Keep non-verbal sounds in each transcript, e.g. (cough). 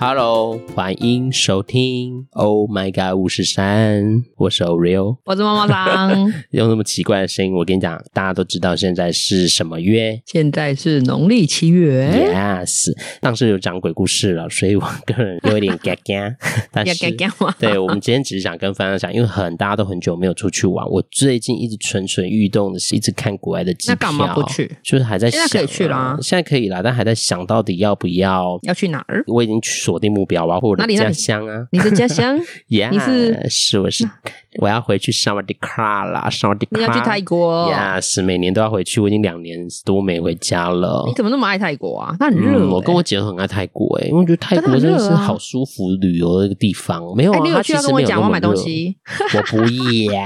Hello，欢迎收听 Oh My God 五十三，我是 Oreo。我是猫猫桑，用那么奇怪的声音，我跟你讲，大家都知道现在是什么月。 (laughs) 现在是农历七月， Yes，上次有讲鬼故事了，所以我个人有一点 (laughs) 嘎嘎，但要是干干嘛？对，我们今天只是想跟分享，因为很大家都很久没有出去玩，我最近一直蠢蠢欲动的是一直看国外的机票，那干嘛不？去？就是还在想、啊现在可以去啦现在可以啦，但还在想到底要不要。要去哪儿？我已经锁定目标啊，或者哪里哪家里乡啊，你的 (laughs) 家乡？ y 你是嗯是我是我要回去沙瓦迪卡啦，沙瓦迪卡。你要去泰国？ ？Yes，每年都要回去，我已经两年多没回家了你。怎么那么爱泰国啊？那很热欸。嗯，我跟我姐很爱泰国欸诶、因为我觉得泰国但它很真的是热啊好舒服旅游的一个地方。没有哎，啊，你有它去其要实跟我没有讲，那我么买东热，西， (laughs) 我不 (laughs) 要，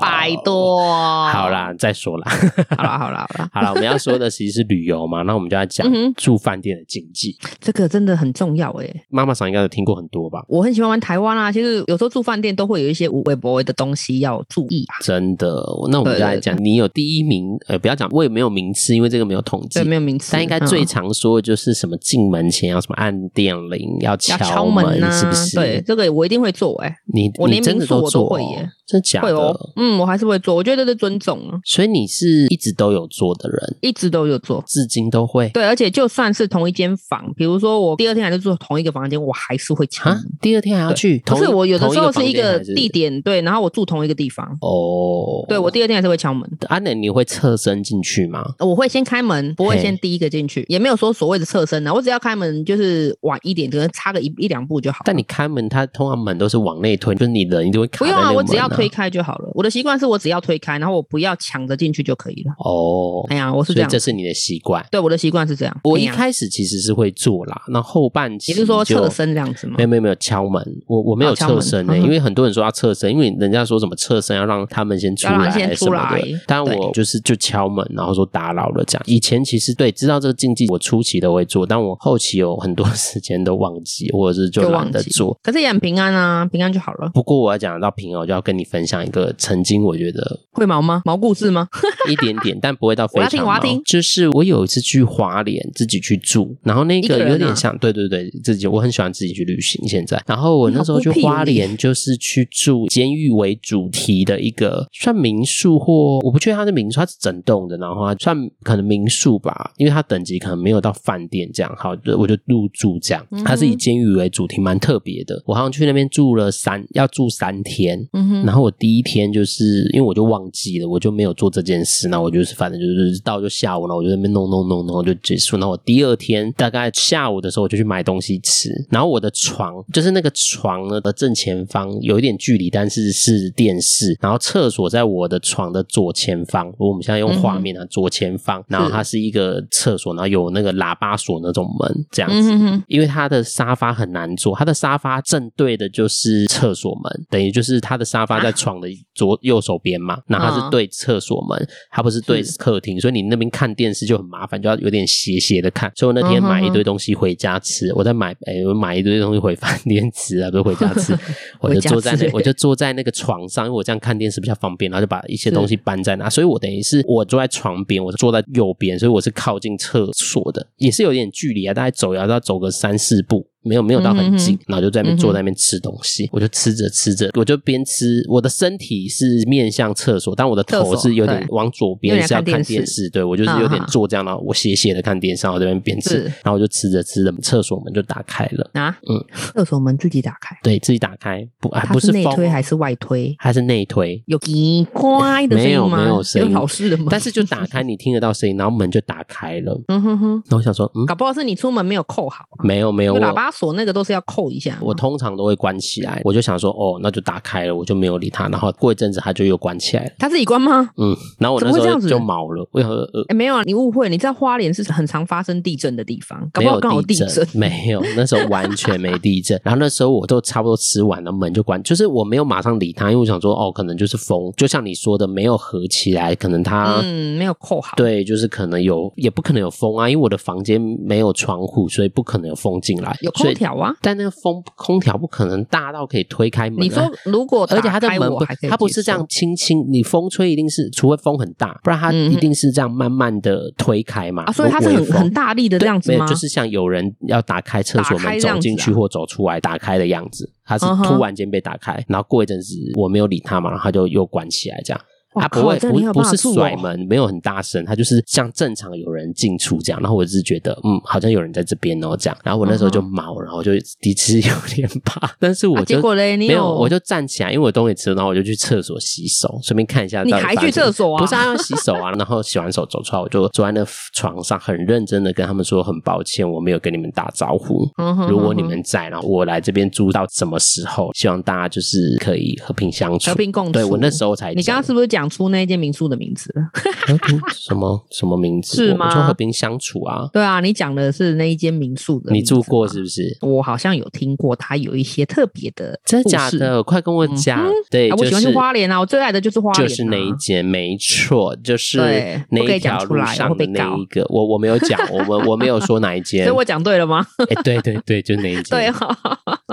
百。多。 (laughs) 好，啦，再说啦。 (laughs) 好啦，好啦，好啦，好啦，我们要说的其实是旅游嘛，那我们就要讲嗯哼住饭店的禁忌。这个真的很重要哎。妈妈桑应该有听过很多吧？我很喜欢玩台湾啊，其实有时候住饭店都会有一些无微博的东西要注意啊。真的，那我们就来讲，你有第一名，呃，不要讲，我也没有名次，因为这个没有统计对，。没有名词，但应该最嗯常说的就是什么进门前要什么按电铃，要要敲敲门啊，是不是？对，，这个我一定会做哎，你我你连真的民宿我都做会哦耶，真假会的？哦，嗯，我还是会做，我觉得这是尊重啊，所以你是一直都有做的人，一直都有做。至今都会对，而且就算是同一间房，比如说我第二天还是住同一个房间，我还是会敲啊门。？第二天还要对去？可是同一我有的同时候是一一个个房间还是地点，对，然后我住同一个地方，哦，对我第二天还是会敲门。啊，那你会侧身进去吗？我会先开门，不会嘿先第一个进去，也没有说所谓的侧身啊，我只要开门就是晚一点，可能差个一一两步就好。但你开门，它通常门都是往内推，就是你人一定会卡不在用那啊，个我只门要推开就好了。我的习惯是我只要推开，然后我不要抢着进去就可以了。哦，哎呀，我是所这以样这子，是你的习惯。对我的习惯是这样。我哎一呀开始其实是会做啦，那后半期你是说就侧身这样子吗没？有没有没有敲门，我我没有哦敲侧门身呢、嗯哼因为很多人说要侧身，因为人家说什么侧身要让他们先出要让来他先什么出来的。但对我就是就敲门，然后说打扰了这样。以前其实对知道这个禁忌，我初期都会做，但我后期有很多时间都忘记，或者是就就懒忘得记做。可是也很平安啊，平安就好了。不过我要讲到平偶，哦就要跟你分享一个曾经我觉得会毛吗？毛故事吗？ (laughs) 一点点，但不会到非我要常听我忙要听就是我有一次去华联自己去住，然后那一个人啊有点像，对对对，自己我很喜欢自己去旅行。现在，然后我那时候去你好孤僻哦花莲，就是去住监狱为主题的一个算民宿或我不确定它是民宿，它是整栋的，然后它算可能民宿吧，因为它等级可能没有到饭店这样。好，我就入住这样，它是以嗯哼监狱为主题，蛮特别的。我好像去那边住了三，要住三天，嗯哼，然后我第一天就是因为我就忘记了，我就没有做这件事。那我就是反正就是到就下午，然后我就在那边弄弄弄，然后就结束。然后我第二天大概下午的时候，我就去买东西吃。然后我的床就是那个床呢的正前方有一点距离，但是是电视。然后厕所在我的床的左前方，如果我们现在用画面啊，左前方。然后它是一个厕所，然后有那个喇叭锁那种门这样嗯子。哼哼，因为他的沙发很难坐，他的沙发正对的就是厕所门，等于就是他的沙发啊在床的左右手边嘛，那他是对厕所门，他不是对是客厅，所以你那边看电视就很麻烦，就要有点斜斜的看。所以我那天嗯哼买一哼堆东西回家吃，我在买，哎，我买一堆东西回饭店吃啊，不是回家吃，我就 (laughs) 回家坐在那吃，我就坐在那个床上，因为我这样看电视比较方便，然后就把一些东西搬在那，所以我等于是我坐在床边，我坐在右边，所以我是靠近厕所的，也是有点距离啊，大概走要要走个三四步。没有没有到很近，嗯然后就在那边嗯哼坐在那边吃东西，我就吃着吃着，我就边吃，我的身体是面向厕所，但我的头厕所是有点对往左边有点是要看看电视电视，对我就是有点啊啊坐这样，然后我斜斜的看电视，然后这边边吃是，然后我就吃着吃着，厕所门就打开了，啊，嗯厕所门自己打开，对自己打开，不啊它不是内风推还是外推？它是内推，有奇怪的声音吗？没有没有声音老式的吗？ (laughs) 但是就打开，你听得到声音，然后门就打开了。 (laughs) 嗯哼哼，然后我想说，嗯，搞不好是你出门没有扣好啊，没有没有，因我为喇叭锁那个都是要扣一下。我通常都会关起来，我就想说，哦，那就打开了，我就没有理它。然后过一阵子，它就又关起来了。他自己关吗？嗯，然后我那怎么会时这候样子就毛了，为何呃哎，没有啊，你误会，你知道花莲是很常发生地震的地方，搞没不好有刚好地震。 (laughs) 没有，那时候完全没地震。然后那时候我都差不多吃完了，门就关，就是我没有马上理它，因为我想说，哦，可能就是风，就像你说的，没有合起来，可能它嗯，没有扣好。，对，啊就是可能有，也不可能有风啊，因为我的房间没有窗户，所以不可能有风进来。有所空以调啊。但那个风空调不可能大到可以推开门、啊。你说如果而且它的打开门我不还可，以它不接是这受样轻轻，你风吹一定是，除非风很大，不然它嗯哼一定是这样慢慢的推开嘛。啊，所以它是微很风很大力的这样子没有吗？就是像有人要打开厕所打开门这样走子啊进去或走出来打开的样子，它是嗯哼突然间被打开，然后过一阵子我没有理它嘛，然后它就又关起来这样。它哇啊不哦靠会这不你有不办法是住哦甩门，没有很大声，它就是像正常有人进出这样。然后我只是觉得，嗯，好像有人在这边哦这样。然后我那时候就毛，然后我就的确有点怕，但是我嗯啊就、结果嘞你没有，有我就站起来，因为我东西吃了，然后我就去厕所洗手，顺便看一下你到底还发生去厕所啊不是啊，要洗手啊，然后洗完手走出来，我就坐在那床上，很认真的跟他们说，很抱歉，我没有跟你们打招呼。嗯哼如果嗯哼你们在，然后我来这边住到什么时候？希望大家就是可以和平相处，和平共处，对我那时候才讲，你刚刚是不是讲出那间民宿的名字了？ (laughs) 和平哎嗯什么什么名字？是我我吗说和平相处啊，对啊，你讲的是那一间民宿的，你住过？是不是？我好像有听过，它有一些特别的真故的假事的？快跟我讲嗯哼！对，啊，就我喜欢去是花莲啊，我最爱的就是花莲、啊，就是那一间，没错，就是对那不可一以讲条出路来上我的会被那一个。我我没有讲，我们我没有说哪一间。 (laughs) 所以我讲对了吗？哎、对对对，就那一间。 (laughs) 对哈、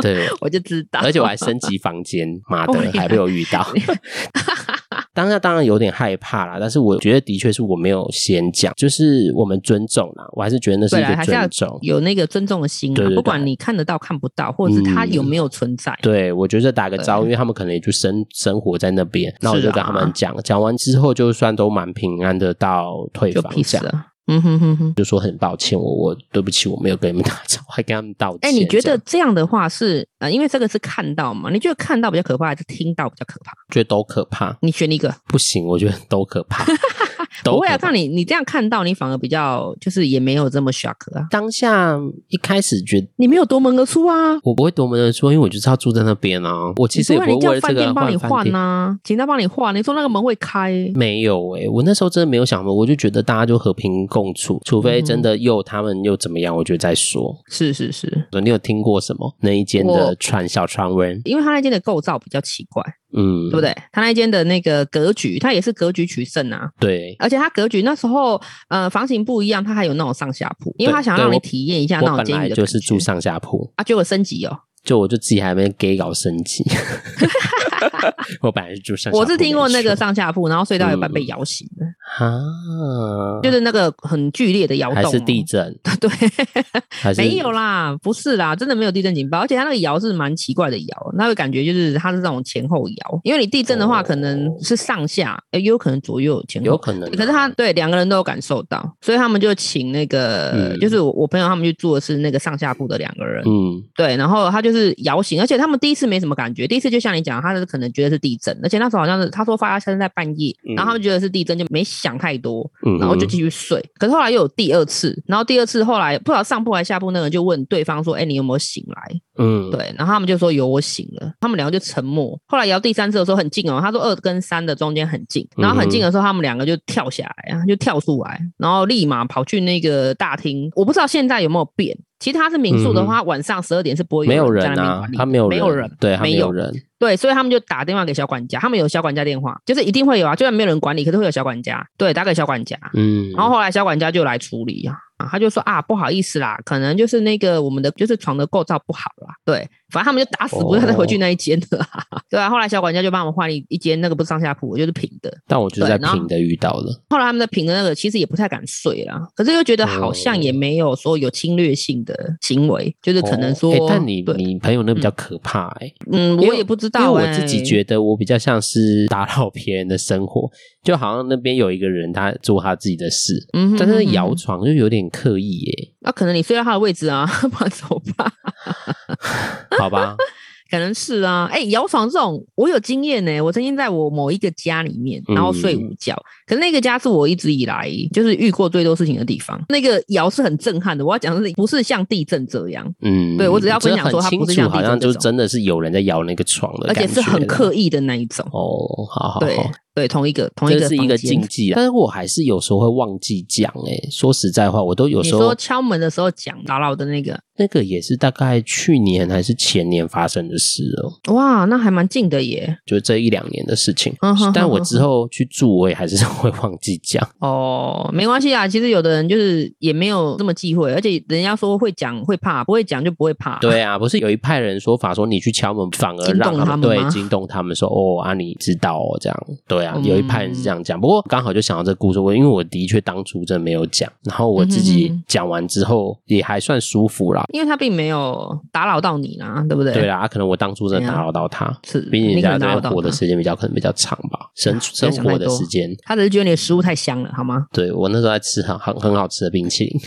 对我就知道。而且我还升级房间，妈 Oh 的， my 还被我遇到。当下当然有点害怕啦，但是我觉得的确是我没有先讲，就是我们尊重啦，我还是觉得那是对一啦，个还是要尊重。有那个尊重的心、啊，对对对嗯不管你看得到看不到，或者是它有没有存在。对，我觉得打个对招呼，因为他们可能也就生生活在那边，那我是就跟啊他们讲，讲完之后就算都蛮平安的到退就房这 peace 样。了。嗯哼哼哼。就说很抱歉，我我对不起，我没有跟你们打招呼，还 (laughs) 跟他们道歉。哎、你觉这得样这样的话是呃，因为这个是看到嘛？你觉得看到比较可怕，还是听到比较可怕？觉得都可怕？你选一个。不行，我觉得都可 (laughs) 怕，不都会啊，可怕。看你你这样看到，你反而比较就是也没有这么 shock 啊，当下一开始觉得。你没有夺门而出啊。我不会多么的说，因为我就是要住在那边啊。我其实也你不不会会你为了叫这饭个店帮你换饭换啊店。呐、请他帮你换。你说那个门会开、没有诶、我那时候真的没有想过，我就觉得大家就和平共处，除嗯非真的又他们又怎么样，我觉得再说。是是是，你有听过什么那一间我的传小传闻？因为他那间的构造比较奇怪，嗯，对不对？他那间的那个格局，他也是格局取胜啊。对？而且他格局那时候呃房型不一样，他还有那种上下铺，因为他想对让我你体验一下那我种本监来狱的就感是觉住上下铺，啊，结果升级哦。就我就自己还没给搞升 (laughs) 级。我本来是住上下铺，我是听过那个上下铺，然后睡到一半嗯被摇醒的，啊，就是那个很剧烈的摇动、嗯还哦，是地震， (laughs) 对，还是没有啦，不是啦，真的没有地震警报，而且它那个摇是蛮奇怪的摇，那会感觉就是它是那种前后摇，因为你地震的话哦可能是上下，呃也有可能左右前有后。可能啊、可是他对两个人都有感受到，所以他们就请那个，嗯就是我我朋友他们去住的是那个上下铺的两个人，嗯，对，然后他就是摇醒，而且他们第一次没什么感觉，第一次就像你讲，他是可能觉得是地震，而且那时候好像是他说发生在半夜，然后他们觉得是地震就没想太多，嗯然后就继续睡。可是后来又有第二次，然后第二次后来不知道上铺还是下铺，那个人就问对方说：“哎、你有没有醒来嗯，？”对，然后他们就说：“有，我醒了。”他们两个就沉默。后来摇第三次的时候很近哦，他说二跟三的中间很近，嗯然后很近的时候他们两个就跳下来啊，就跳出来，然后立马跑去那个大厅。我不知道现在有没有变。其实他是民宿的嗯哼话，晚上十二点是不会没有人在人那边啊管，理他的没有没有人，对，他没有人，对，所以他们就打电话给小管家，他们有小管家电话，就是一定会有啊，就算没有人管理，可是会有小管家，对，打给小管家，嗯，然后后来小管家就来处理啊，啊他就说啊，不好意思啦，可能就是那个我们的就是床的构造不好啦，对，反正他们就打死哦不要再回去那一间的、啊， (laughs) 对啊，后来小管家就帮我们换了一一间，那个不是上下铺，就是平的。但我就是在对然后平的遇到了，后来他们在平的那个其实也不太敢睡啦，可是又觉得好像也没有说有侵略性的行为，就是可能说，哦哦欸但你对，你朋友那比较可怕哎、嗯，因我为也不知因为道、欸，我自己觉得我比较像是打扰别人的生活，就好像那边有一个人他做他自己的事，嗯哼但是嗯哼摇床就有点刻意耶、那、可能你睡到他的位置啊， (laughs) 不然怎么办？好吧？ (laughs) 可能是啊，哎、摇床这种我有经验呢、我曾经在我某一个家里面，嗯然后睡午觉，可是那个家是我一直以来就是遇过最多事情的地方。那个摇是很震撼的，我要讲的是不是像地震这样，嗯，对我只要这分享说很它清不是楚像地好震像这就种真的是有人在摇那个床的而感觉啦，且是很刻意的那一种。哦，好好好，对，对，同一个同一这个是一房个间禁 (laughs) 忌啊，但是我还是有时候会忘记讲诶、说实在话，我都有你时候说敲门的时候讲姥姥的那个，那个也是大概去年还是前年发生的事哦，哇，那还蛮近的耶。就这一两年的事情。嗯哼但我哼之后去住，我也还是 (laughs) 会忘记讲。哦，没关系啊。其实有的人就是也没有这么忌讳，而且人家说会讲会怕，不会讲就不会 (laughs) 怕。对啊，不是有一派人说法说你去敲门反而惊让动他们们对吗惊动他们说哦啊你知道哦这样对啊，嗯有一派人是这样讲。不过刚好就想到这个故事，我因为我的确当初真的没有讲，然后我自嗯哼己哼讲完之后也还算舒服啦。因为他并没有打扰到你啦，对不对？对啦，啊可能我当初真的对啊打扰到他，是，毕竟人你可家能打在扰到活的他时间比较可能比较长 (laughs) 吧，生不要生想活太的多时间。 (laughs) 他只是觉得你的食物太香了，好吗？ (laughs) 对我那时候在吃很很很好吃的冰淇淋，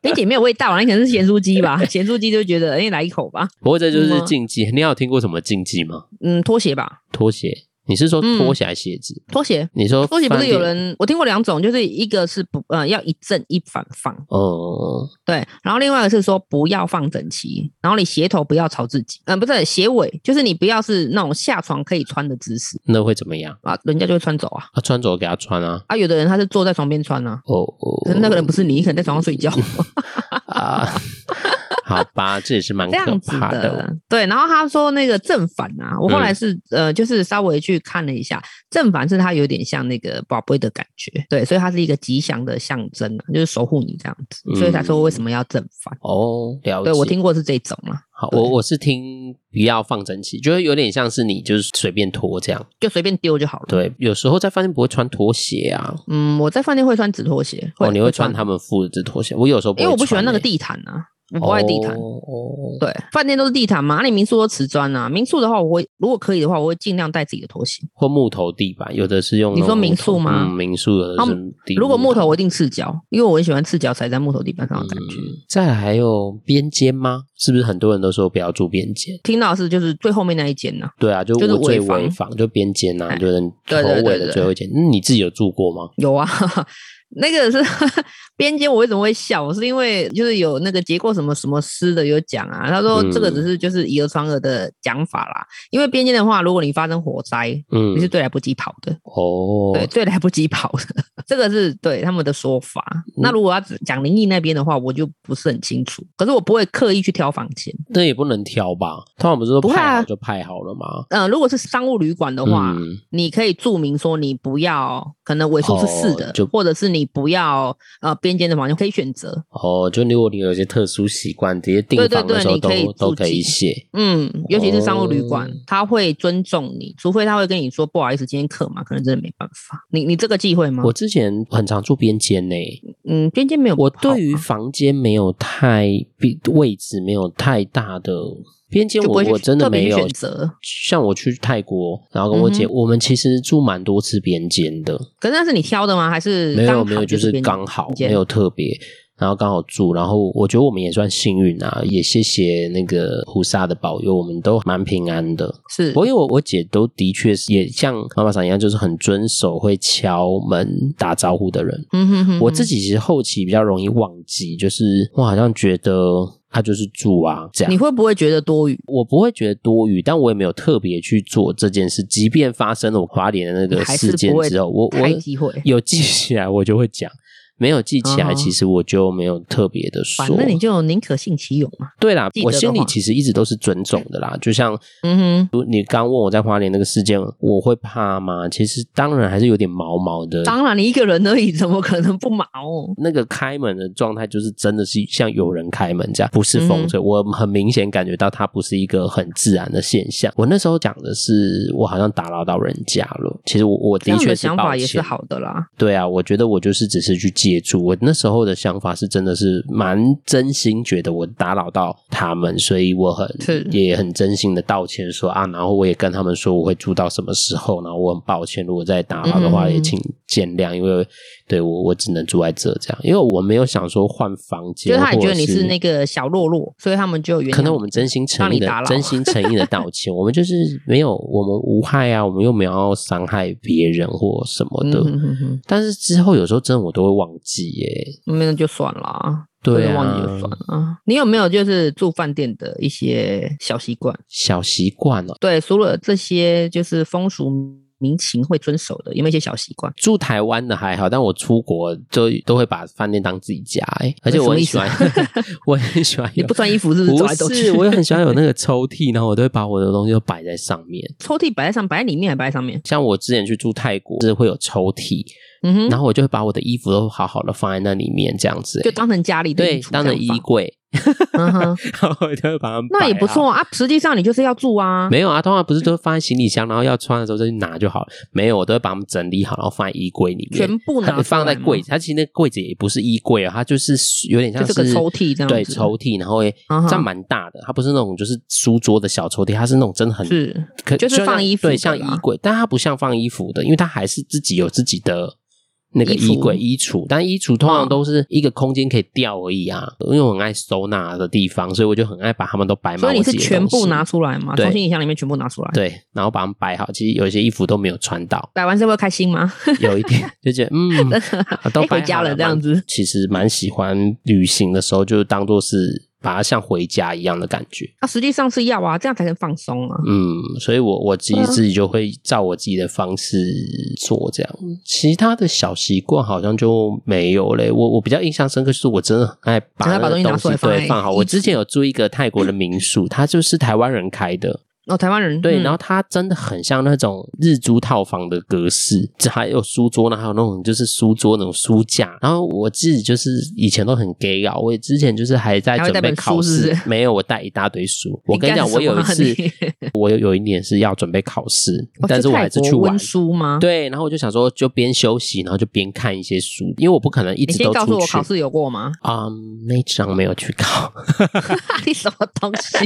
并且没有味道啊，你可能是咸酥鸡吧？ (laughs) 咸酥鸡就觉得，哎、来一口吧，不过这就嗯是吗禁忌。你有听过什么禁忌吗？嗯，拖鞋吧，拖鞋？你是说嗯拖鞋还是鞋子？拖鞋。你说拖鞋不饭是有店？人，我听过两种，就是一个是不呃要一正一反放，哦、对，然后另外一个是说不要放整齐，然后你鞋头不要朝自己，嗯、不是鞋尾，就是你不要是那种下床可以穿的姿势那会怎么样？啊，人家就会穿走啊。啊，穿着给他穿啊。啊，有的人他是坐在床边穿啊，哦哦， (laughs) 可是那个人不是你，你可能在床上睡觉。啊， (laughs) 好吧，这也是蛮这可样子怕的。哦嗯的，对。然后他说那个正反啊，我后来是、呃，就是稍微去看了一下，正反是它有点像那个宝贝的感觉，对，所以它是一个吉祥的象征啊，就是守护你这样子，所以才说为什么要正反。哦，嗯了解。对我听过是这种啊嘛，好，对我我是听不要放整齐，就是有点像是你就是随便脱这样。就随便丢就好了。对，有时候在饭店不会穿拖鞋啊。嗯，我在饭店会穿纸拖鞋，哦，你会穿他，们附的拖鞋？我有时候不因为我不喜欢那个地，地毯啊，我不爱地毯。哦哦对，饭店都是地毯嘛，那你民宿都瓷砖啊。民宿的话，我会如果可以的话，我会尽量带自己的拖鞋。或木头地板，有的是用你那种说民木头宿吗嗯，民宿有的啊是地嗯如果木头，头我一定赤脚，因为我很喜欢赤脚踩在木头地板上的感觉。嗯，再来还有边间吗？是不是很多人都说不要住边间？听到的是就是最后面那一间呐、对啊，就就是我最尾房尾房，就边间啊，哎就是对头对尾对的对最后一间。嗯你自己有住过吗？有啊， (laughs) 那个是边间。我为什么会笑？是因为就是有那个结过什么什么诗的有讲啊，他说嗯这个只是就是以讹传讹的讲法啦。因为边间的话，如果你发生火灾，嗯你，是最来不及跑的，哦，对，最来不及跑的， (laughs) 这个是对他们的说法。嗯那如果要讲灵异那边的话，我就不是很清楚。可是我不会刻意去挑房间。那也不能挑吧？通常不是说不会派啊好就派好了吗？嗯、如果是商务旅馆的话，嗯，你可以注明说你不要，可能尾数是四哦的，就或者是你不要呃边间的房间可以选择。哦，就如果你有一些特殊习惯，直接订对对房的对时候你都可以住都可以进写。嗯，尤其是商务旅馆，哦他会尊重你，除非他会跟你说不好意思，今天客满，可能真的没办法。你你这个忌讳吗？我之前很常住边间呢，嗯，边间没有不好我啊。对于房间没有太比位置没有太大的边间就不我，会我去真的特别没去有选择。像我去泰国，然后跟我姐，嗯我们其实住蛮多次边间的，可是那是你挑的吗？还是没刚有好没有，就是是边刚好间没有特别，然后刚好住，然后我觉得我们也算幸运啊，也谢谢那个菩萨的保佑，我们都蛮平安的。是我因为我我姐都的确是也像妈妈桑一样，就是很遵守会敲门打招呼的人。嗯哼哼我自己己其实后期比较容易忘记，就是我好像觉得他就是住啊这样你。会不会觉得多余？我不会觉得多余，但我也没有特别去做这件事。即便发生了我华联的那个还是事件不会之后，我我太忌讳 (laughs) 有记起来我就会讲，没有记起来，嗯哼其实我就没有特别的说。反正你就宁可信其有嘛。对啦记，得我的心里话其实一直都是尊重的啦。就像嗯哼，你刚问我在华联那个事件，我会怕吗？其实当然还是有点毛毛的。当然你一个人而已，怎么可能不毛？那个开门的状态，就是真的是像有人开门这样，不是嗯风吹。我很明显感觉到它不是一个很自然的现象。我那时候讲的是，我好像打扰到人家了。其实我我这的样确的是想抱法歉也是好的啦。对啊，我觉得我就是只是去借助。我那时候的想法是，真的是蛮真心觉得我打扰到他们，所以我很是也很真心的道歉说啊，然后我也跟他们说我会住到什么时候，然后我很抱歉，如果再打扰的话，嗯也请见谅，因为对我我只能住在这这样，因为我没有想说换房就间，是他也觉得你或者是是那个小弱弱，所以他们就原谅可能我们真心诚意的让你打、扰真心诚意的道歉，我们就是没有，我们无害啊，我们又没有要伤害别人或什么嗯的。哼哼哼，但是之后有时候真的我都会忘记耶。那就算了啊，对就是啊，忘记就算了啊。你有没有就是住饭店的一些小习惯？小习惯哦。对，除了这些就是风俗民情会遵守的？有没有一些小习惯？住台湾的还好，但我出国就都会把饭店当自己家、欸，而且我很喜欢， (laughs) 我很喜欢 (laughs) 有。你不穿衣服是不是走不来走去是，？我也很喜欢有那个抽屉，然后我都会把我的东西都摆在上面。抽屉摆在上，摆在里面还摆在上面？像我之前去住泰国，是会有抽屉，嗯哼，然后我就会把我的衣服都好好的放在那里面，这样子、就当成家里的对衣橱，当成衣这样柜， (laughs) 放嗯哼，然后我就会把它们那也摆不好错啊。实际上你就是要住啊，没有啊，通常不是都放在行李箱，然后要穿的时候再去拿就好了。没有，我都会把它们整理好，然后放在衣柜里面，全部拿出来它放在柜吗子。它其实那个柜子也不是衣柜啊，它就是有点像就是这个抽屉这样子对，抽屉，然后会嗯哼占蛮大的。它不是那种就是书桌的小抽屉，它是那种真的很是可就是像放衣服的对，像啦衣柜，但它不像放衣服的，因为它还是自己有自己的。那个衣服衣柜、衣橱，但衣橱通常嗯都是一个空间可以掉而已啊。因为我很爱收纳的地方，所以我就很爱把它们都摆满。所以你是全部拿出来吗？对从行李箱里面全部拿出来。，对，然后把它们摆好。其实有一些衣服都没有穿到 (laughs) 摆完之后会开心吗？有一点就觉得 (laughs) 嗯， (laughs) 啊都哎摆回家好了这样蛮子。其实蛮喜欢旅行的时候，就当做是把它像回家一样的感觉。那、实际上是要啊，这样才能放松啊。嗯，所以我我其对实啊自己就会照我自己的方式做这样，其他的小习惯好像就没有嘞。我我比较印象深刻就是我真的很爱把很爱把那个东西拿出来西放在对放好。衣我橱之前有住一个泰国的民宿，它就是台湾人开的，哦，台湾人对，嗯然后它真的很像那种日租套房的格式，这还有书桌呢，还有那种就是书桌那种书架。然后我自己就是以前都很 gay 啊，我也之前就是还在还会准带备本考书是试，不是没有我带一大堆书。我你跟你干讲，我有一什么啊次 (laughs) 你，我有有一年是要准备考试 (laughs) 哦，但是我还是泰去国玩温。书吗？，对，然后我就想说，就边休息，然后就边看一些书，因为我不可能一你直先都告诉出我去考。试有过吗？ (laughs) 啊、那一张没有去考， (laughs) 你什么东西？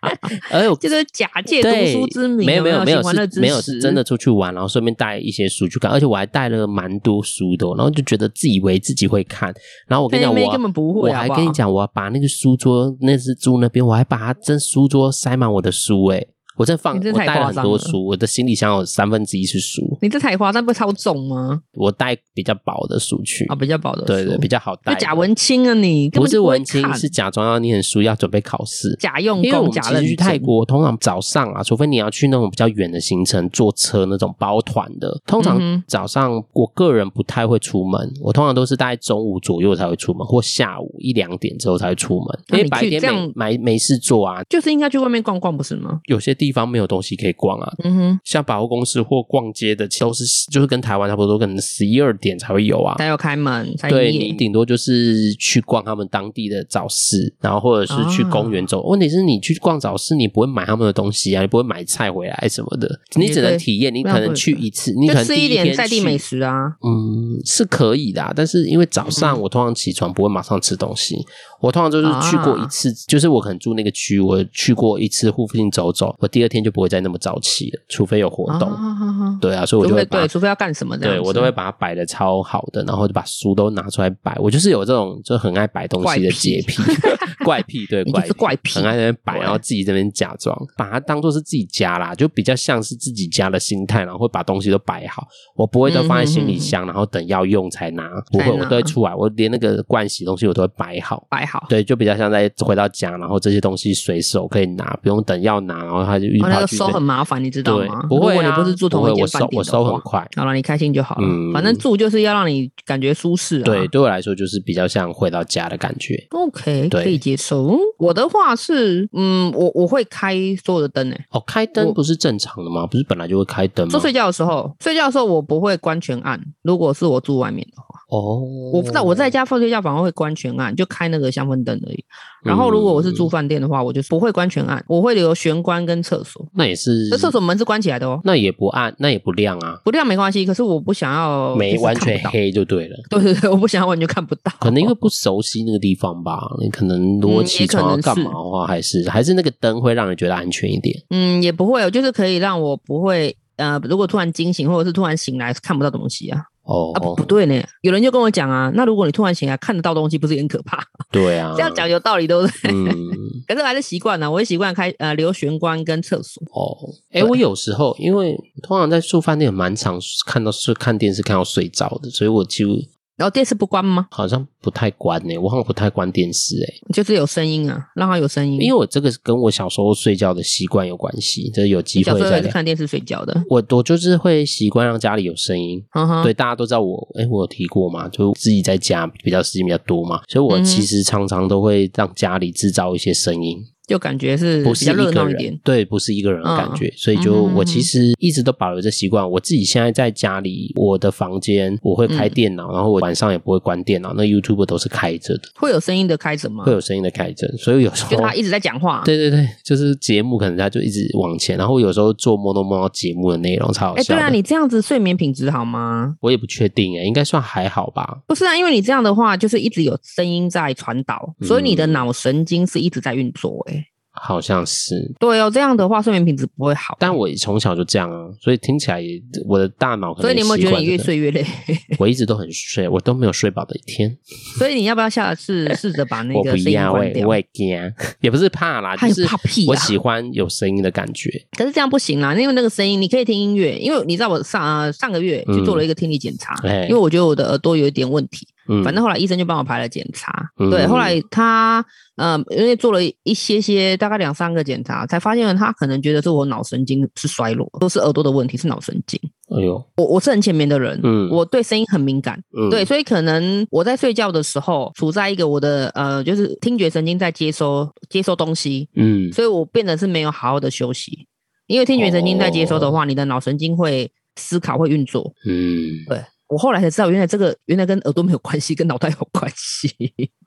啊而且我 (laughs) 就是假借读对，书之名，没有没没有没有喜欢乐是之没有是实真的。出去玩，然后顺便带一些书去看，而且我还带了蛮多书的哦，然后就觉得自以为自己会看，然后我跟你讲，哎妹妹我啊根本不会我好还不好跟你讲，我把那个书桌那只猪那边，我还把它真书桌塞满我的书诶、我真放你真我太带了夸很张多了书，我的行李箱有三分之一是书，你这才花，那不会超重吗？我带比较薄的书去，啊，比较薄的书，对对，比较好带就的，假文青啊你，不根本是就会文青，看是假装要念书，要准备考试，假用因为我功、们假其认实真。去泰国，通常早上啊，除非你要去那种比较远的行程，坐车那种包团的，通嗯常哼早上我个人不太会出门，我通常都是大概中午左右才会出门，或下午一两点之后才会出门，因那为你白去天这没样没没事做啊，就是应该去外面逛逛，不是吗？有些地方没有东西可以逛啊。嗯哼，像百货公司或逛街的，都是就是跟台湾差不多，可能十一二点才会有啊。才有开门，才对营你业。顶多就是去逛他们当地的早市，然后或者是去公哦园走。问题是你去逛早市，你不会买他们的东西啊，你不会买菜回来什么的，你只能体验。你可能去一次，你可就能吃第一天点在地美去，食啊，嗯，是可以的、啊。但是因为早嗯上我通常起床不会马上吃东西，我通常就是去啊过一次，就是我可能住那个区，我去过一次附近走走，我第二天就不会再那么早起了，除非有活动。啊对啊，所以我除就会非把对，除非要干什么这样对子，我都会把它摆的超好的，然后就把书都拿出来摆。我就是有这种就很爱摆东西的洁 (laughs) 癖，怪癖，对，你就怪是怪癖很爱在那边摆，对然后自己这边假装，把它当做是自己家啦，就比较像是自己家的心态，然后会把东西都摆好。我不会都放在行李箱，然后等要用才拿，不会，嗯才我拿都会出来，我连那个盥洗东西我都会摆好。摆好。对，就比较像在回到家，然后这些东西随手可以拿，不用等要拿，然后他就一哦，那跑个去收那很麻烦，你知道对吗？，不会如果啊，你不是住同不一会间我饭收店我的收话很快。好了，你开心就好了。嗯反正住就是要让你感觉舒适、啊。对，对我来说就是比较像回到家的感觉。 ，OK，对可以接受。我的话是，嗯，我我会开所有的灯诶、欸哦，开灯不是正常的吗？不是本来就会开灯吗说？睡觉的时候，睡觉的时候我不会关全暗。如果是我住外面的话，哦，我在我在家放睡觉反而会关全暗，就开那个香氛灯而已。然后如果我嗯是住饭店的话，我就不会关全暗，我会留玄关跟厕所。那也是那，厕所门是关起来的哦，那也不暗，那也不亮啊，不亮没关系。可是我不想要没哦就是完看不全到黑就对了。对 (laughs) 对对，我不想要完全看不到。可能因为不熟悉那个地方吧，你可能如果嗯起也可床要能干是嘛的话，还是还是那个灯会让你觉得安全一点。嗯，也不会，就是可以让我不会。呃，如果突然惊醒，或者是突然醒来看不到东西啊，哦啊，不不对呢，有人就跟我讲啊，那如果你突然醒来看得到东西，不是也很可怕？对啊， (laughs) 这样讲有道理，对不对？嗯， (laughs) 可是我还是习惯了，我也习惯开呃留玄关跟厕所。哦，哎、对我有时候因为通常在住饭店蛮常看到是看电视看到睡着的，所以我几乎然后电视不关吗？好像不太关诶、我好像不太关电视诶、就是有声音啊，让它有声音。因为我这个是跟我小时候睡觉的习惯有关系，这有你机小会时候再也是聊。看电视睡觉的，我我就是会习惯让家里有声音，嗯哼，对，大家都知道我，哎，我有提过嘛，就自己在家比较时间比较多嘛，所以我嗯哼其实常常都会让家里制造一些声音，就感觉是不嗯比是较一个热闹人，一点。对，不是一个人的感觉，所以就嗯哼我其实一直都保留着习惯。我自己现在在家里，我的房间我会嗯开电脑，然后我晚上也不会关电脑，那 YouTube 都是开着的，会有声音的开着吗会？有声音的开着，所以有时嗯就候他一直在讲话。，对对对，就是节目可能它就一直往前，然后有时候做梦都梦到节目的内容，超好哎，笑对的。啊，你这样子睡眠品质好吗？我也不确定哎、应该算还好吧。不是啊，因为你这样的话，就是一直有声音在传导，嗯所以你的脑神经是一直在运作。哎，好像是，对哦，这样的话睡眠品质不会好。但我从小就这样啊，所以听起来也我的大脑可能所以你有没有觉得你也越习惯睡越累？ (laughs) 这个？我一直都很睡，我都没有睡饱的一天。所以你要不要下次试着把那我个不声音要，我关也掉我？也惊，啊也不是怕啦，就他也是怕屁我啊喜欢有声音的感觉。可是这样不行啊啦，因为那个声音，你可以听音乐。因为你知道我上、呃上个月嗯去做了一个听力检查，哎因为我觉得我的耳朵有一点问题，嗯，反正后来医生就帮我排了检查。嗯对，后来他呃，因为做了一些些，大概两三个检查，才发现他可能觉得是我脑神经是衰弱，不是耳朵的问题，是脑神经。哎呦，我我是很浅眠的人，嗯我对声音很敏感，嗯对，，所以可能我在睡觉的时候，处在一个我的呃，就是听觉神经在接收接收东西，嗯所以我变得是没有好好的休息，因为听觉神经在接收的话，你的脑神经会思考会运作。嗯，对我后来才知道，原来这个原来跟耳朵没有关系，跟脑袋有关系。 (laughs)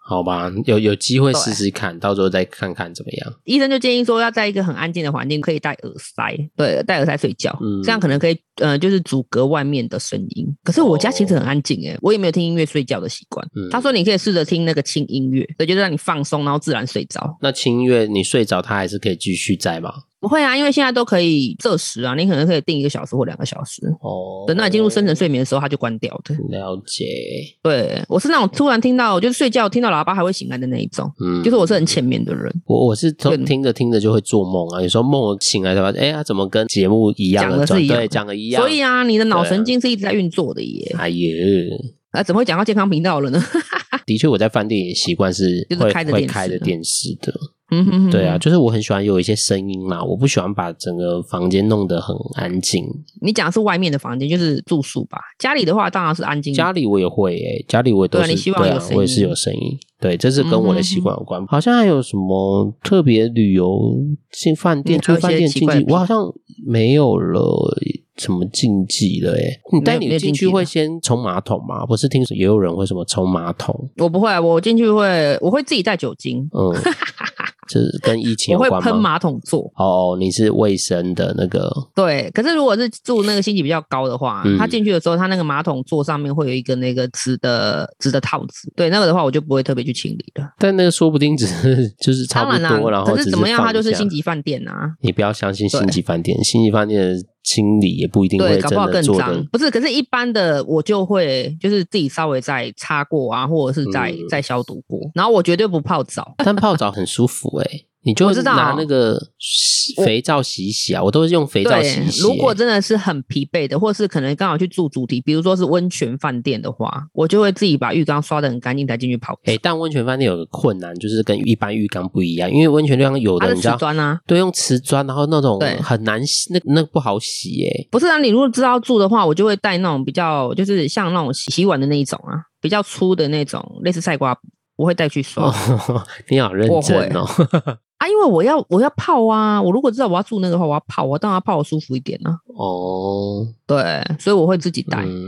好吧，有有机会对试试看，到时候再看看怎么样。医生就建议说，要在一个很安静的环境，可以戴耳塞，对，戴耳塞睡觉，嗯这样可能可以，呃，就是阻隔外面的声音。可是我家其实很安静诶、欸我也没有听音乐睡觉的习惯。嗯他说你可以试着听那个轻音乐，对，就是让你放松，然后自然睡着。那清月，你睡着，它还是可以继续在吗？不会啊，因为现在都可以这时啊，你可能可以定一个小时或两个小时，哦，等到你进入深层睡眠的时候，它就关掉的。了解，对我是那种突然听到，就是睡觉听到喇叭还会醒来的那一种，嗯，就是我嗯是很浅眠的人，我我是对从听着听着就会做梦啊，有时候梦醒来才发现，哎、呀，怎么跟节目一样讲的是转一样对，讲的一样，所以啊，啊，你的脑对啊神经是一直在运作的耶。哎呀，啊，怎么会讲到健康频道了呢？ (laughs) 的确我在饭店也习惯是啊就是会开着会电视开着的电视的，嗯哼哼对啊，，就是我很喜欢有一些声音啦，我不喜欢把整个房间弄得很安静。你讲的是外面的房间，就是住宿吧？家里的话当然是安静。家里我也会诶、家里我也都嗯对啊是你希望有啊声，音嗯我也是有声音。对，这是跟我的习惯有关。好像还有什么特别旅游进饭店、嗯还住有一饭些店奇禁怪的忌，癖我好像没有了什么禁忌了诶、你带没有嗯没你有进禁去忌会了先冲马桶吗？不是听说也有人会什么冲马 (laughs) 桶？我不会啊，我进去会，我会自己带酒精，嗯，这是跟疫情有我会关喷吗？马桶座。哦，你是卫生的那个，对，可是如果是住那个星级比较高的话，嗯他进去的时候，他那个马桶座上面会有一个那个直的直的套子，对那个的话，我就不会特别去清理了。但那个说不定只是 (laughs) 就是差当不然啦多，，然后可只是怎么样，放它就是一下星级饭店啊，你不要相信对星级饭店，星级饭店的清理也不一定会真对，搞不好的更做脏的。。不是，可是一般的我就会就是自己稍微再擦过啊，或者是再、嗯再消毒过，然后我绝对不泡澡。但泡澡很舒服哎、你就我知道拿那个洗肥皂洗一洗啊，我都是用肥皂洗一洗、欸如果真的是很疲惫的，或是可能刚好去住主题，比如说是温泉饭店的话，我就会自己把浴缸刷的很干净才进去泡澡。哎、但温泉饭店有个困难，就是跟一般浴缸不一样，因为温泉浴缸有它的的你瓷知道，砖啊，对，用瓷砖，然后那种对很难洗，那那不好洗哎、不是啊，你如果知道住的话，我就会带那种比较就是像那种洗洗碗的那一种啊，比较粗的那种，类似菜瓜布，我会带去刷、哦， (laughs) 你好认真哦， (laughs) 啊，因为我要我要泡啊，我如果知道我要住那个的话，我要泡，我当然要泡的舒服一点啊。哦，对，所以我会自己带。嗯，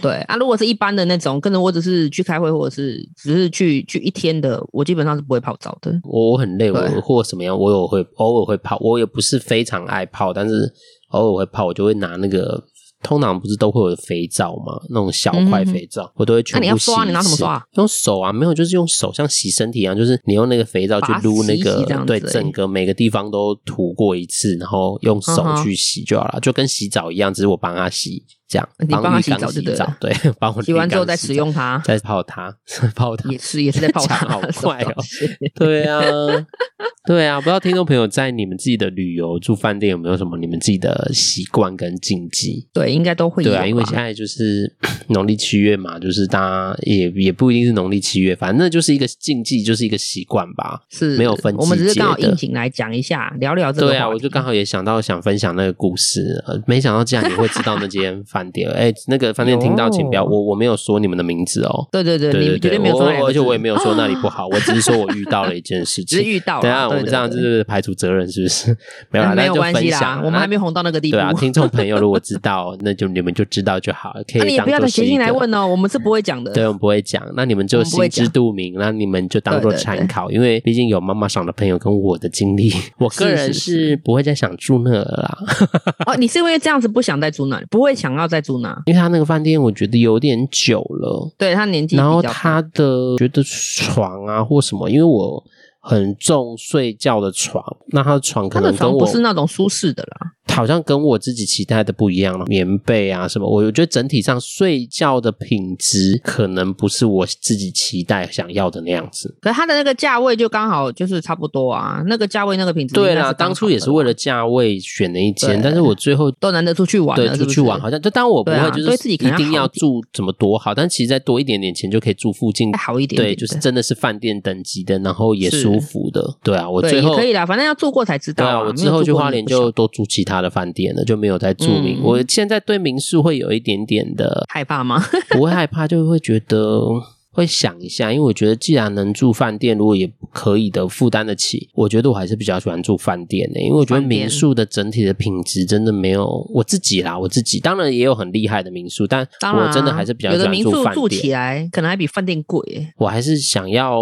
对啊，如果是一般的那种，跟着我只是去开会，或者是只是去去一天的，我基本上是不会泡澡的。我我很累，对我或什么样，我有会偶尔会泡，我也不是非常爱泡，但是偶尔会泡，我就会拿那个，通常不是都会有肥皂嘛，那种小块嗯哼肥皂，我都会全那部你洗一要次。刷你拿什么刷啊用手啊，没有，就是用手，像洗身体一样，就是你用那个肥皂去把它撸那洗一个洗这样，子对，而已整个每个地方都涂过一次，然后用手嗯哼去洗就好了，就跟洗澡一样，只是我帮他洗这样你帮他它洗澡就对了对， (laughs) 帮我洗完之后再澡使，用 (laughs) 它，再泡它，泡它也是也是在泡它，讲好快哦什么东西对 (laughs) 啊，对啊，不知道听众朋友在你们自己的旅游住饭店有没有什么你们自己的习惯跟禁忌？对，应该都会有对吧。啊，因为现在就是 (coughs) 农历七月嘛，就是大家也也不一定是农历七月，反正那就是一个禁忌，就是一个习惯吧。是没有分我们只季是节刚好的应景来讲一下，聊聊这个话对题。啊，我就刚好也想到想分享那个故事，呃没想到竟然你会知道那间饭店。 (laughs) 哎，那个饭店听到请不要，哦我我没有说你们的名字哦。对对对，对你绝对，没有我说那两我个而且字我也没有说那里不 (laughs) 好，我只是说我遇到了一件事只情是。遇到啦。 (laughs) 等一啊下，我们对这样就，对对是排除责任，是不 (laughs) 是？没有啦，嗯没那有就关分系享啦啦。，我们还没有红到那个地步。对 (laughs) 啊，听众朋友如果知道，那就你们就知道就好，可以那啊你也当不要做再是写一信个来。问哦，我们是不会讲的。对，我们不会讲，那你们我就们不会心知讲肚明，那你们就当做对对参对考，因为毕竟有妈妈桑的朋友跟我的经 (laughs) 历，我个是人是是不会再想住那了啦， (laughs) 哦，你是因为这样子不想再住那，不会想要再住那。因为他那个饭店我觉得有点久了，对他年纪比然后较大，他的觉得床啊或什么，因为我很重睡觉的床，那他的床可他的能跟床我不是那种舒适的啦。好像跟我自己期待的不一样了，棉被啊什么，我我觉得整体上睡觉的品质可能不是我自己期待想要的那样子。可是他的那个价位就刚好就是差不多啊，那个价位那个品质应该对刚啦，好的啦。当初也是为了价位选了一间，对但是我最后都难得出去玩对了，出去玩，是不是好像就当然我不对会啊就对是自一己可能要定要好一点住怎么多好，但其实再多一点点钱就可以住附近再。好一点对，点的。就是真的是饭店等级的，然后也是舒服的。对啊，我对最也后可以啦，反正要住过才知对道啊，没我有之后住去过花你莲不晓就多住其他的饭店了，就没有再住民。嗯我现在对民宿会有一点点的害怕吗？不会害怕，就会觉得会想一下，因为我觉得既然能住饭店，如果也可以的负担得起，我觉得我还是比较喜欢住饭店的、因为我觉得饭店民宿的整体的品质真的没有我自己啦，我自己当然也有很厉害的民宿，但当然啊，我真的还是比较有喜的欢民住宿饭住店起。来可能还比饭店贵耶，我还是想要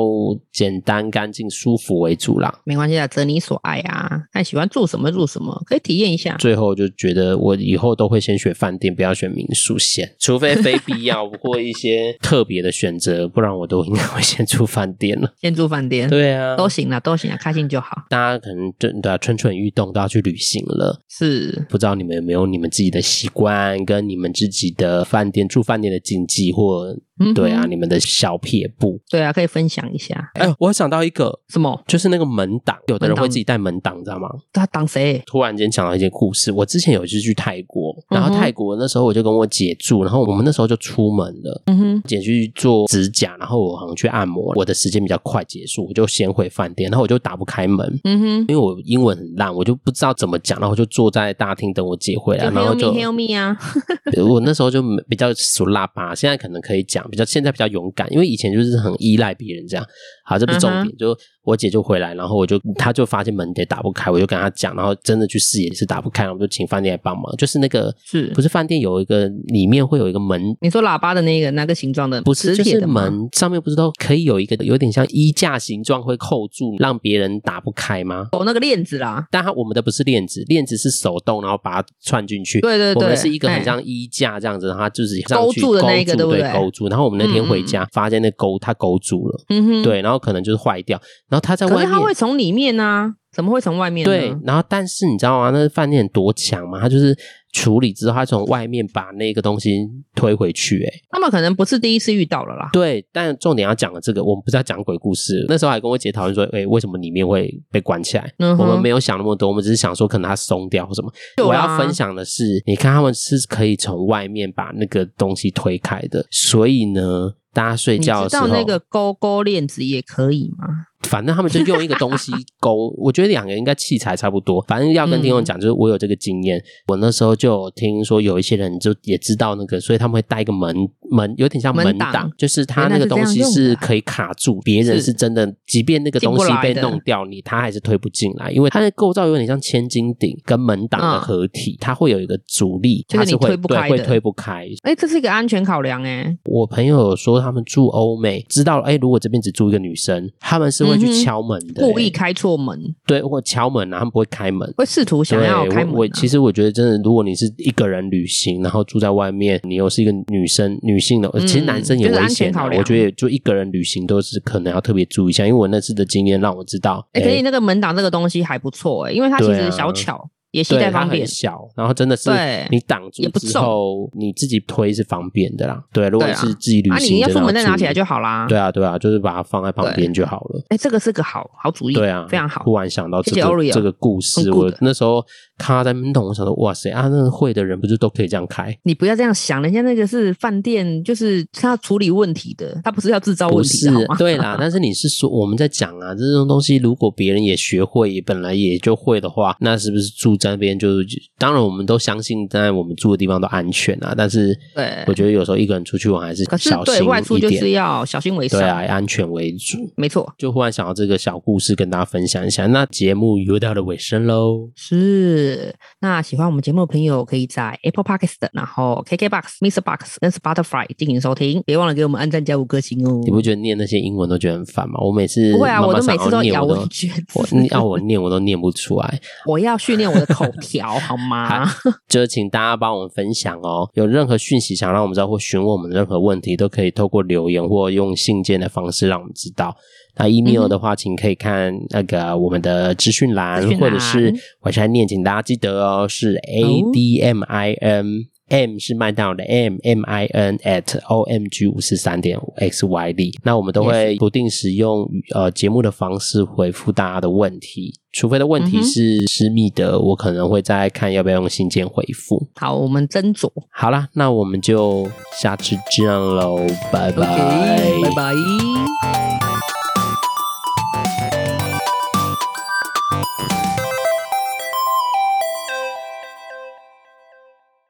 简单、干净、舒服为主啦。没关系啊，择你所爱啊，看喜欢住什么住什么，可以体验一下。最后就觉得我以后都会先选饭店，不要选民宿先，除非非必要或一些特别的选择，不然我都应该会先住饭店 (laughs) 了。先住饭店对啊，都行啦，都行啦，开心就好。大家可能真的蠢蠢欲动，都要去旅行了。是，不知道你们有没有你们自己的习惯，跟你们自己的饭店住饭店的禁忌，或嗯哼对啊，，你们的小撇步。对啊，可以分享一下。哎，我想到一个，什么？就是那个门挡，有的人门挡会自己带门挡，你知道吗？他挡谁？突然间想到一件故事，我之前有一次去泰国，然嗯后哼泰国那时候我就跟我姐住，然后我们那时候就出门了。嗯哼，姐去做指甲，然后我好像去按摩，我的时间比较快结束，我就先回饭店，然后我就打不开门，嗯哼，因为我英文很烂，我就不知道怎么讲，然后我就坐在大厅等我姐回来，就然后 Help 就 me Help me 啊， (laughs) 我那时候就比较俗辣吧，现在可能可以讲，比较现在比较勇敢，因为以前就是很依赖别人这样。好，这不是重点嗯就我姐就回来，然后我就她就发现门得打不开，我就跟她讲，然后真的去试也是打不开，然后我就请饭店来帮忙，就是那个是不是饭店有一个里面会有一个门。你说喇叭的那个那个形状的，不是，磁就铁是的吗？门上面不是都可以有一个有点像衣架形状，会扣住让别人打不开吗？哦，那个链子啦。但它我们的不是链子，链子是手动，然后把它串进去。对对对，我们是一个很哎像衣架这样子，它就是上去勾住的那一个勾住对不对？对勾住。然后我们那天回家发现那勾它勾住了，嗯哼，。对，然后可能就是坏掉。然后它在可外是它会嗯面，从里面呢，怎么会从外面呢？对，然后但是你知道吗？那饭店多强吗？它就是处理之后，它从外面把那个东西推回去、欸，他们可能不是第一次遇到了啦。对，但重点要讲的这个，我们不是要讲鬼故事。那时候还跟我姐讨论说，哎、为什么里面会被关起来？嗯我哼啊们没有想那么多，我们只是想说可能它松掉或什么。我要分享的是，你看他们是可以从外面把那个东西推开的，所以呢，大家睡你觉的知时道候，那个勾勾链子也可以吗？反正他们就用一个东西 (laughs) 勾，我觉得两个应该器材差不多。反正要跟听众讲，就是我有这个经验，我那时候就有听说有一些人就也知道那个，所以他们会带一个门门，有点像门门挡挡，就是它原那来个是这东样西用是的啊可以卡住，别人是是真的，即便那个进东不西来被的弄掉你，它还是推不进来，因为它的构造有点像千斤顶跟门挡的嗯合体，它会有一个阻力，就它是是你会推不对开会的推不开，哎，这是一个安全考量哎。我朋友有说他们住欧美，知道哎，诶如果这边只住一个女生，他们是会嗯去哼敲门的、哎故意诶开错门，对或敲门啊，他们不会开门。会试图想要对开门、啊我我其实我觉得真的，如果你是一个人旅行，然后住在外面，你又是一个女生、女性的，呃嗯其实男生也就是危安全险、啊。考量我觉得就一个人旅行都是可能要特别注意一下，因为我那次的经验让我知道，哎、诶可是你那个门挡这个东西还不错哎、因为它其对啊实小巧，也携对带它方很便。小，然后真的是对你挡住也不之后，你自己推是方便的啦。对，如果对你啊是自己旅啊，行，你要真出的门再拿注起来意就好啦。对啊，对啊，就是把它放在旁对边就好了。哎，这个是个好好主意，对啊，非常好。忽然想到这谢谢个 Oreo，这个故事，很我 good 那时候看他在门洞，我想说，哇塞啊，那会的人不是都可以这样开？你不要这样想，人家那个是饭店，就是他要处理问题的，他不是要制造不问题哦是的好 (laughs) 吗？对啦，但是你是说我们在讲啊，这种东西如果别人也学会，也本来也就会的话，那是不是住在那边就是？当然，我们都相信在我们住的地方都安全啊，但是对我觉得有时候一个人出去玩还是可是小心对外出一就点是要小心为上，对啊，安全为主。没错，就忽然想到这个小故事跟大家分享一下，那节目又到了尾声喽。是。那喜欢我们节目的朋友，可以在 Apple Podcast、然后 KKBox、Mr. Box 跟 Spotify 进行收听，别忘了给我们按赞加五颗星哦你。不觉得念那些英文都觉得很烦吗？我每次不会啊，妈妈我都想每要次都念咬我文都嚼 (laughs) 我字，要我念我都念不出来。我要训练我的口条，好吗？就是请大家帮我们分享哦，有任何讯息想让我们知道或询问我们任何问题，都可以透过留言或用信件的方式让我们知道。那 email 嗯哼的话，请可以看那个我们的资讯栏，资讯或栏者是晚餐念，请大家记得哦，是 a d E m i n。M 是麦当劳的 M M I N at O M G 五十三点 X Y D，那我们都会不定时用语呃节目的方式回复大家的问题，除非的问题嗯哼是私密的，我可能会再看要不要用信件回复。好，我们斟酌。好啦，那我们就下次见喽，拜 OK，拜拜拜。